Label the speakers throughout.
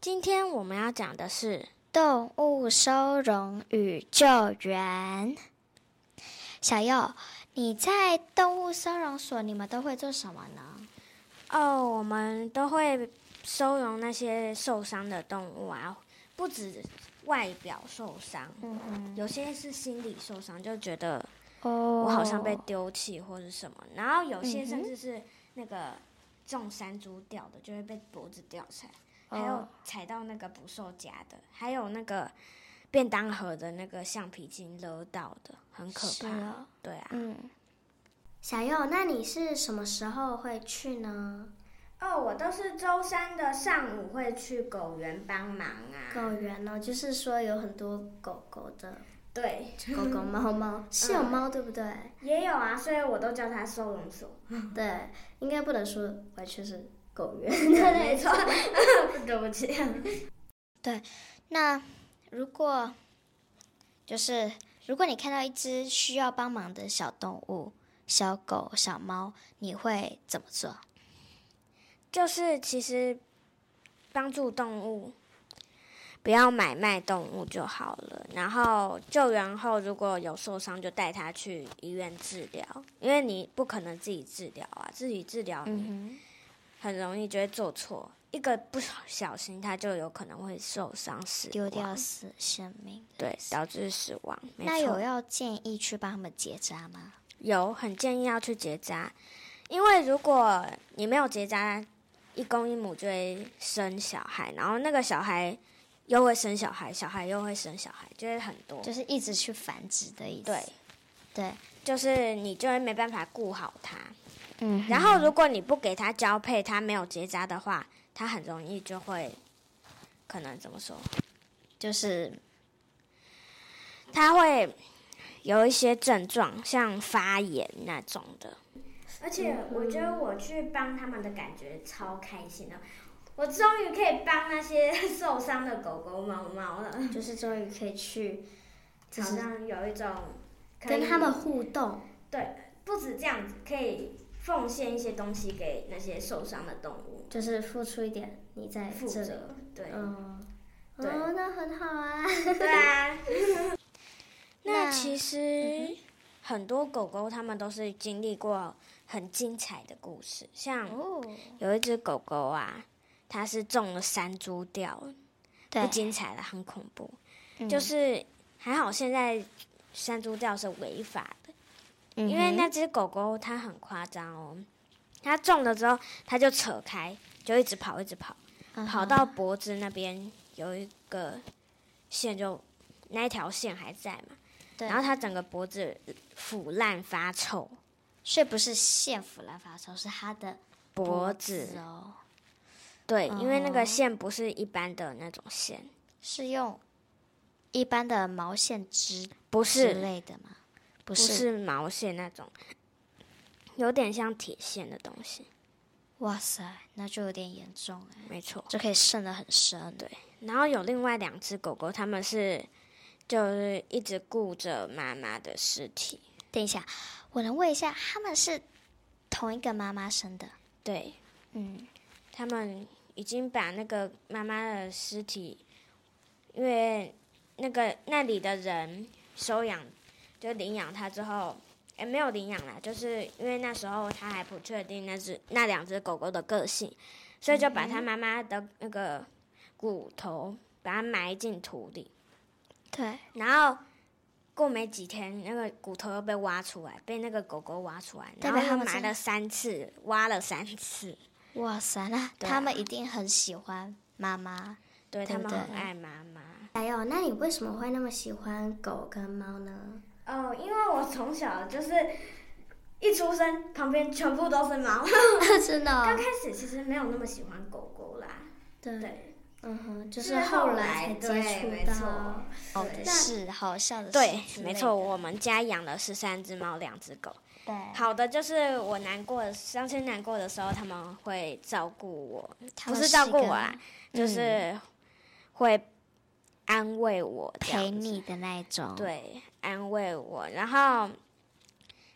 Speaker 1: 今天我们要讲的是
Speaker 2: 动物收容与救援。小右，你在动物收容所，你们都会做什么呢？
Speaker 1: 哦，我们都会收容那些受伤的动物啊，不止外表受伤，
Speaker 2: 嗯哼，
Speaker 1: 有些是心理受伤，就觉得
Speaker 2: 哦
Speaker 1: 我好像被丢弃或者什么，然后有
Speaker 2: 嗯
Speaker 1: 些
Speaker 2: 哼
Speaker 1: 甚至是那个中山猪掉的，就会被脖子吊起来，还有
Speaker 2: 哦
Speaker 1: 踩到那个不受夹的，还有那个便当盒的那个橡皮筋勒到的，很可
Speaker 2: 是
Speaker 1: 怕。
Speaker 2: 哦
Speaker 1: 对啊。
Speaker 2: 嗯。小右，那你是什么时候会去呢？
Speaker 1: 哦，我都是周三的上午会去狗园帮忙啊。
Speaker 2: 狗园呢，就是说有很多狗狗 的，
Speaker 1: 对，
Speaker 2: 狗狗、猫
Speaker 1: 嗯
Speaker 2: 猫是有猫对不对？
Speaker 1: 也有啊，所以我都叫它收容 所。
Speaker 2: 对，应该不能说完全是狗园。
Speaker 1: 没错，对不起。
Speaker 2: 那如果就是如果你看到一只需要帮忙的小动物，小狗、小猫，你会怎么做？
Speaker 1: 就是其实帮助动物，不要买卖动物就好了。然后救援后如果有受伤，就带它去医院治疗，因为你不可能自己治疗啊，自己治疗你
Speaker 2: 嗯
Speaker 1: 很容易就会做错，一个不小心它就有可能会受伤死
Speaker 2: 哼，丢
Speaker 1: 亡
Speaker 2: 掉死生命。
Speaker 1: 对，导致死亡。没
Speaker 2: 那
Speaker 1: 错
Speaker 2: 有要建议去帮他们结扎吗？
Speaker 1: 有很建议要去结扎，因为如果你没有结扎，一公一母就会生小孩，然后那个小孩又会生小孩，小孩又会生小孩，就会很多。
Speaker 2: 就是一直去繁殖的意思。
Speaker 1: 对，
Speaker 2: 对，
Speaker 1: 就是你就会没办法顾好它。
Speaker 2: 嗯
Speaker 1: 然后如果你不给它交配，它没有结扎的话，它很容易就会，可能怎么说，
Speaker 2: 就是
Speaker 1: 它会有一些症状，像发炎那种的。而且我觉得我去帮他们的感觉超开心的，我终于可以帮那些受伤的狗狗、猫猫了，
Speaker 2: 就是终于可以去，就
Speaker 1: 好
Speaker 2: 是
Speaker 1: 像有一种可以
Speaker 2: 跟他们互动。
Speaker 1: 不止这样子，可以奉献一些东西给那些受伤的动物，
Speaker 2: 就是付出一点你在
Speaker 1: 负
Speaker 2: 这里，
Speaker 1: 责对
Speaker 2: 嗯，
Speaker 1: 对
Speaker 2: 哦，那很好啊。
Speaker 1: 对啊。那
Speaker 2: 那
Speaker 1: 其实很多狗狗它们都是经历过很精彩的故事，像
Speaker 2: 哦，
Speaker 1: 有一只狗狗啊，它是中了山猪吊，
Speaker 2: 对
Speaker 1: 不，精彩了，很恐怖。
Speaker 2: 嗯
Speaker 1: 就是还好现在山猪吊是违法的，
Speaker 2: 嗯
Speaker 1: 因为
Speaker 2: 哼
Speaker 1: 那只狗狗它很夸张哦，它中了之后它就扯开，就一直跑一直跑，
Speaker 2: 嗯哼
Speaker 1: 跑到脖子那边有一个线就那一条线还在嘛，
Speaker 2: 对，
Speaker 1: 然后它整个脖子腐烂发臭，
Speaker 2: 所以不是县府来发愁，是他的
Speaker 1: 脖
Speaker 2: 子
Speaker 1: 子
Speaker 2: 哦，
Speaker 1: 对，因为那
Speaker 2: 哦
Speaker 1: 个线不是一般的那种线，
Speaker 2: 是用一般的毛线织
Speaker 1: 不
Speaker 2: 之
Speaker 1: 是
Speaker 2: 类的吗？不
Speaker 1: 不是毛线那种，有点像铁线的东西，
Speaker 2: 哇塞，那就有点严重哎，
Speaker 1: 没错。
Speaker 2: 就可以渗得很深。
Speaker 1: 对然后有另外两只狗狗，它们是就是一直顾着妈妈的尸体。
Speaker 2: 等一下，我能问一下，他们是同一个妈妈生的？
Speaker 1: 对，
Speaker 2: 嗯，
Speaker 1: 它们已经把那个妈妈的尸体，因为那个那里的人收养，就领养它之后，也没有领养啦，就是因为那时候他还不确定那只那两只狗狗的个性，所以就把它妈妈的那个骨头把它埋进土里。
Speaker 2: 对，
Speaker 1: 然后过没几天，那个骨头又被挖出来，被那个狗狗挖出来，
Speaker 2: 代表
Speaker 1: 然后
Speaker 2: 它
Speaker 1: 又
Speaker 2: 们
Speaker 1: 埋
Speaker 2: 真的
Speaker 1: 了三次，挖了三次。
Speaker 2: 哇塞，那
Speaker 1: 对
Speaker 2: 他
Speaker 1: 啊
Speaker 2: 们一定很喜欢妈妈。
Speaker 1: 对
Speaker 2: 对
Speaker 1: 他们
Speaker 2: 对
Speaker 1: 很爱妈妈。
Speaker 2: 还有，那你为什么会那么喜欢狗跟猫呢？
Speaker 1: 哦，因为我从小就是一出生旁边全部都是猫。
Speaker 2: 真的哦、
Speaker 1: 刚开始其实没有那么喜欢狗狗啦，
Speaker 2: 对
Speaker 1: 对，
Speaker 2: 嗯哼，就是
Speaker 1: 后
Speaker 2: 后
Speaker 1: 来
Speaker 2: 才
Speaker 1: 对
Speaker 2: 接
Speaker 1: 没
Speaker 2: 触
Speaker 1: 错
Speaker 2: 到好的
Speaker 1: 哦对
Speaker 2: 事、好笑的事
Speaker 1: 对，
Speaker 2: 之类
Speaker 1: 没
Speaker 2: 的
Speaker 1: 错，我们家养了十三只猫，两只狗。
Speaker 2: 对，
Speaker 1: 好的，就是我难过的，伤心难过的时候，他们会照顾我，
Speaker 2: 他
Speaker 1: 不
Speaker 2: 们
Speaker 1: 是照
Speaker 2: 一
Speaker 1: 顾
Speaker 2: 个
Speaker 1: 我啦，
Speaker 2: 嗯
Speaker 1: 就是会安慰我，这样
Speaker 2: 陪
Speaker 1: 子
Speaker 2: 你
Speaker 1: 哦
Speaker 2: 的那一种，，
Speaker 1: 对，安慰我，然后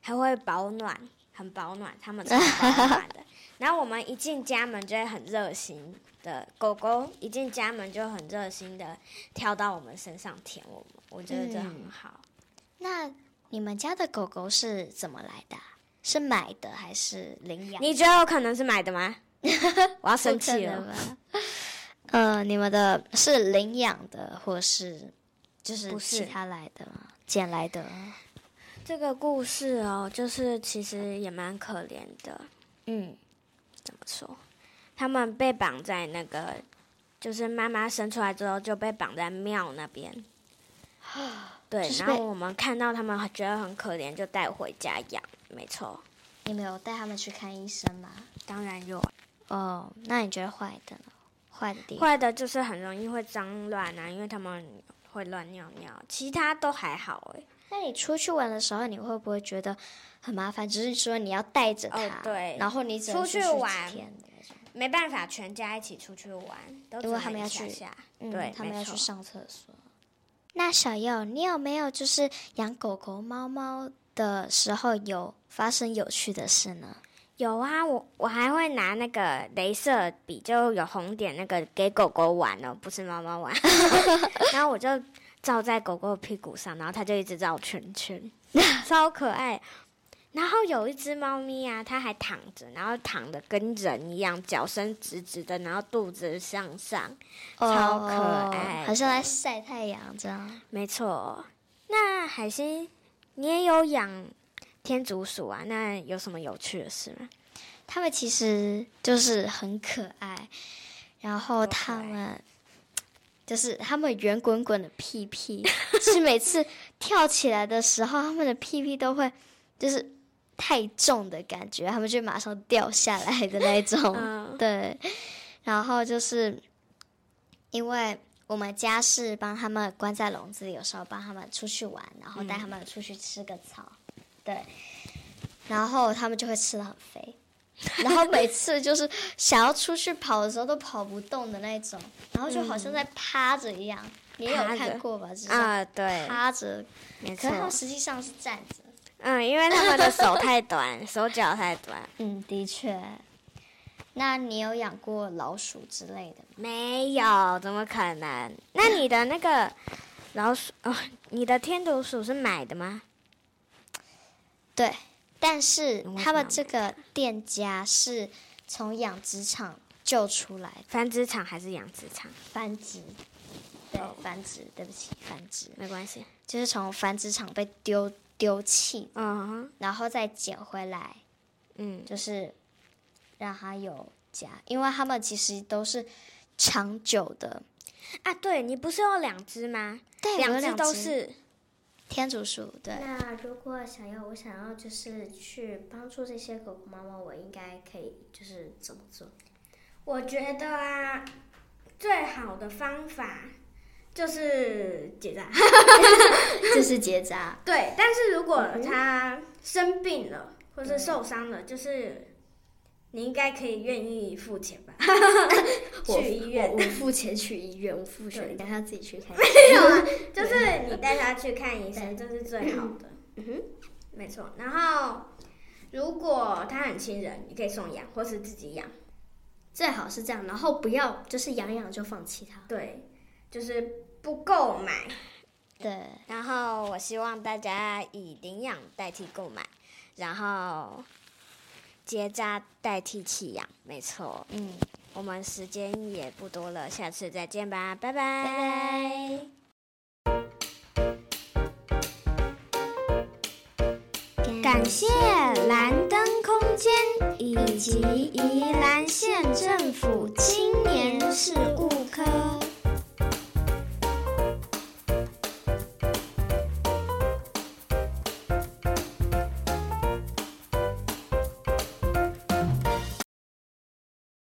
Speaker 1: 还会保暖，很保暖，它们超保暖 的。然后我们一进家门就会很热心的，狗狗一进家门就很热心的跳到我们身上舔我们，我觉得这很好。
Speaker 2: 那你们家的狗狗是怎么来的啊、是买的还是领养？
Speaker 1: 你觉得有可能是买的 吗？我
Speaker 2: 不
Speaker 1: 要生
Speaker 2: 可
Speaker 1: 气哦
Speaker 2: 能
Speaker 1: 了。
Speaker 2: 吧？ 呃，你们的是领养的，或是就是
Speaker 1: 不
Speaker 2: 其
Speaker 1: 是
Speaker 2: 他来的吗？捡来的？
Speaker 1: 这个故事哦，就是其实也蛮可怜的。
Speaker 2: 嗯，
Speaker 1: 怎么说？他们被绑在那个，就是妈妈生出来之后就被绑在庙那边。对
Speaker 2: 就，是
Speaker 1: 然
Speaker 2: 被
Speaker 1: 后我们看到他们觉得很可怜，就带回家养。没错，
Speaker 2: 你们有带他们去看医生吗？
Speaker 1: 当然有
Speaker 2: 哦，那你觉得坏的呢？坏的地方？
Speaker 1: 坏的，就是很容易会脏乱啊，因为他们会乱尿尿，其他都还好哎。
Speaker 2: 那你出去玩的时候，你会不会觉得很麻烦？只是说你要带着它，
Speaker 1: 哦对
Speaker 2: 然后你只能
Speaker 1: 出
Speaker 2: 去
Speaker 1: 去玩
Speaker 2: 几天的那种
Speaker 1: 没办法，全家一起出去玩，都
Speaker 2: 因为
Speaker 1: 只
Speaker 2: 他们
Speaker 1: 能
Speaker 2: 要
Speaker 1: 一下
Speaker 2: 去
Speaker 1: 下
Speaker 2: 嗯
Speaker 1: 对
Speaker 2: 他们
Speaker 1: 没
Speaker 2: 要去
Speaker 1: 错
Speaker 2: 上厕所。那小佑，你有没有就是养狗狗、猫猫的时候有发生有趣的事呢？
Speaker 1: 有啊，我我还会拿那个镭射笔，就有红点那个给狗狗玩哦，不是猫 猫玩。 然后我就照在狗狗的屁股上，然后它就一直绕圈 圈，超可爱。然后有一只猫咪啊，它还躺着，然后躺的跟人一样，脚伸直直的，然后肚子向上。超可爱
Speaker 2: 哦好像在晒太阳这样。
Speaker 1: 没错，那海星，你也有养天竺鼠啊？那有什么有趣的事吗？
Speaker 2: 它们其实就是很可爱，然后
Speaker 1: 多可
Speaker 2: 它
Speaker 1: 爱
Speaker 2: 们就是它们圆滚滚的屁屁，是每次跳起来的时候，它们的屁屁都会就是太重的感觉，它们就马上掉下来的那 种。
Speaker 1: 嗯，
Speaker 2: 对，然后就是因为我们家是帮他们关在笼子里，有时候帮他们出去玩，然后带
Speaker 1: 嗯
Speaker 2: 他们出去吃个草，对，然后他们就会吃的很肥，然后每次就是想要出去跑的时候都跑不动的那种，然后就好像在趴着一样，你也有
Speaker 1: 嗯趴
Speaker 2: 看
Speaker 1: 着
Speaker 2: 过吧？就是
Speaker 1: 啊，对，
Speaker 2: 趴着，
Speaker 1: 没
Speaker 2: 可
Speaker 1: 错
Speaker 2: 是。他们实际上是站着。
Speaker 1: 嗯，因为他们的手太 短，手脚太短。
Speaker 2: 嗯，的确。那你有养过老鼠之类的吗？
Speaker 1: 没有，怎么可能？那你的那个老鼠哦，你的天竺鼠是买的吗？
Speaker 2: 对，但是
Speaker 1: 嗯为
Speaker 2: 他
Speaker 1: 什么
Speaker 2: 们
Speaker 1: 要
Speaker 2: 这个店家是从养殖场救出来
Speaker 1: 繁殖场还是养殖场？
Speaker 2: 繁殖，对
Speaker 1: 哦，
Speaker 2: 繁殖，对不起，繁殖
Speaker 1: 没关系。
Speaker 2: 就是从繁殖场被丢丢弃，
Speaker 1: 嗯哼
Speaker 2: 然后再捡回来，
Speaker 1: 嗯，
Speaker 2: 就是让它有家，因为他们其实都是长久的，
Speaker 1: 啊，对你不是有两只吗？
Speaker 2: 对，我有
Speaker 1: 两
Speaker 2: 两
Speaker 1: 都
Speaker 2: 只
Speaker 1: 是。
Speaker 2: 天竺鼠，对，
Speaker 3: 那如果想要我想要就是去帮助这些狗狗猫猫，我应该可以就是怎么做？
Speaker 1: 我觉得啊，最好的方法就是结扎。
Speaker 2: 这是结扎，
Speaker 1: 对，但是如果
Speaker 3: 嗯
Speaker 1: 他生病了或是受伤了，就是你应该可以愿意付钱 吧？
Speaker 3: 我
Speaker 1: 去医院
Speaker 3: 我我付钱去医院，我付钱，
Speaker 1: 对
Speaker 3: 你让他自己 去看。
Speaker 1: 没有啊，就是你带他去看医生，这是最好的。
Speaker 3: 嗯哼，
Speaker 1: 没错。然后，如果他很亲人，你可以送养或是自己养。
Speaker 3: 最好是这样，然后不要就是养养就放弃它。
Speaker 1: 对，就是不购买。
Speaker 2: 对，
Speaker 1: 然后我希望大家以领养代替购买，然后结扎代替弃养。没错。
Speaker 2: 嗯。
Speaker 1: 我们时间也不多了，下次再见吧，拜
Speaker 2: 拜拜。
Speaker 1: 感谢蓝灯空间以及宜兰县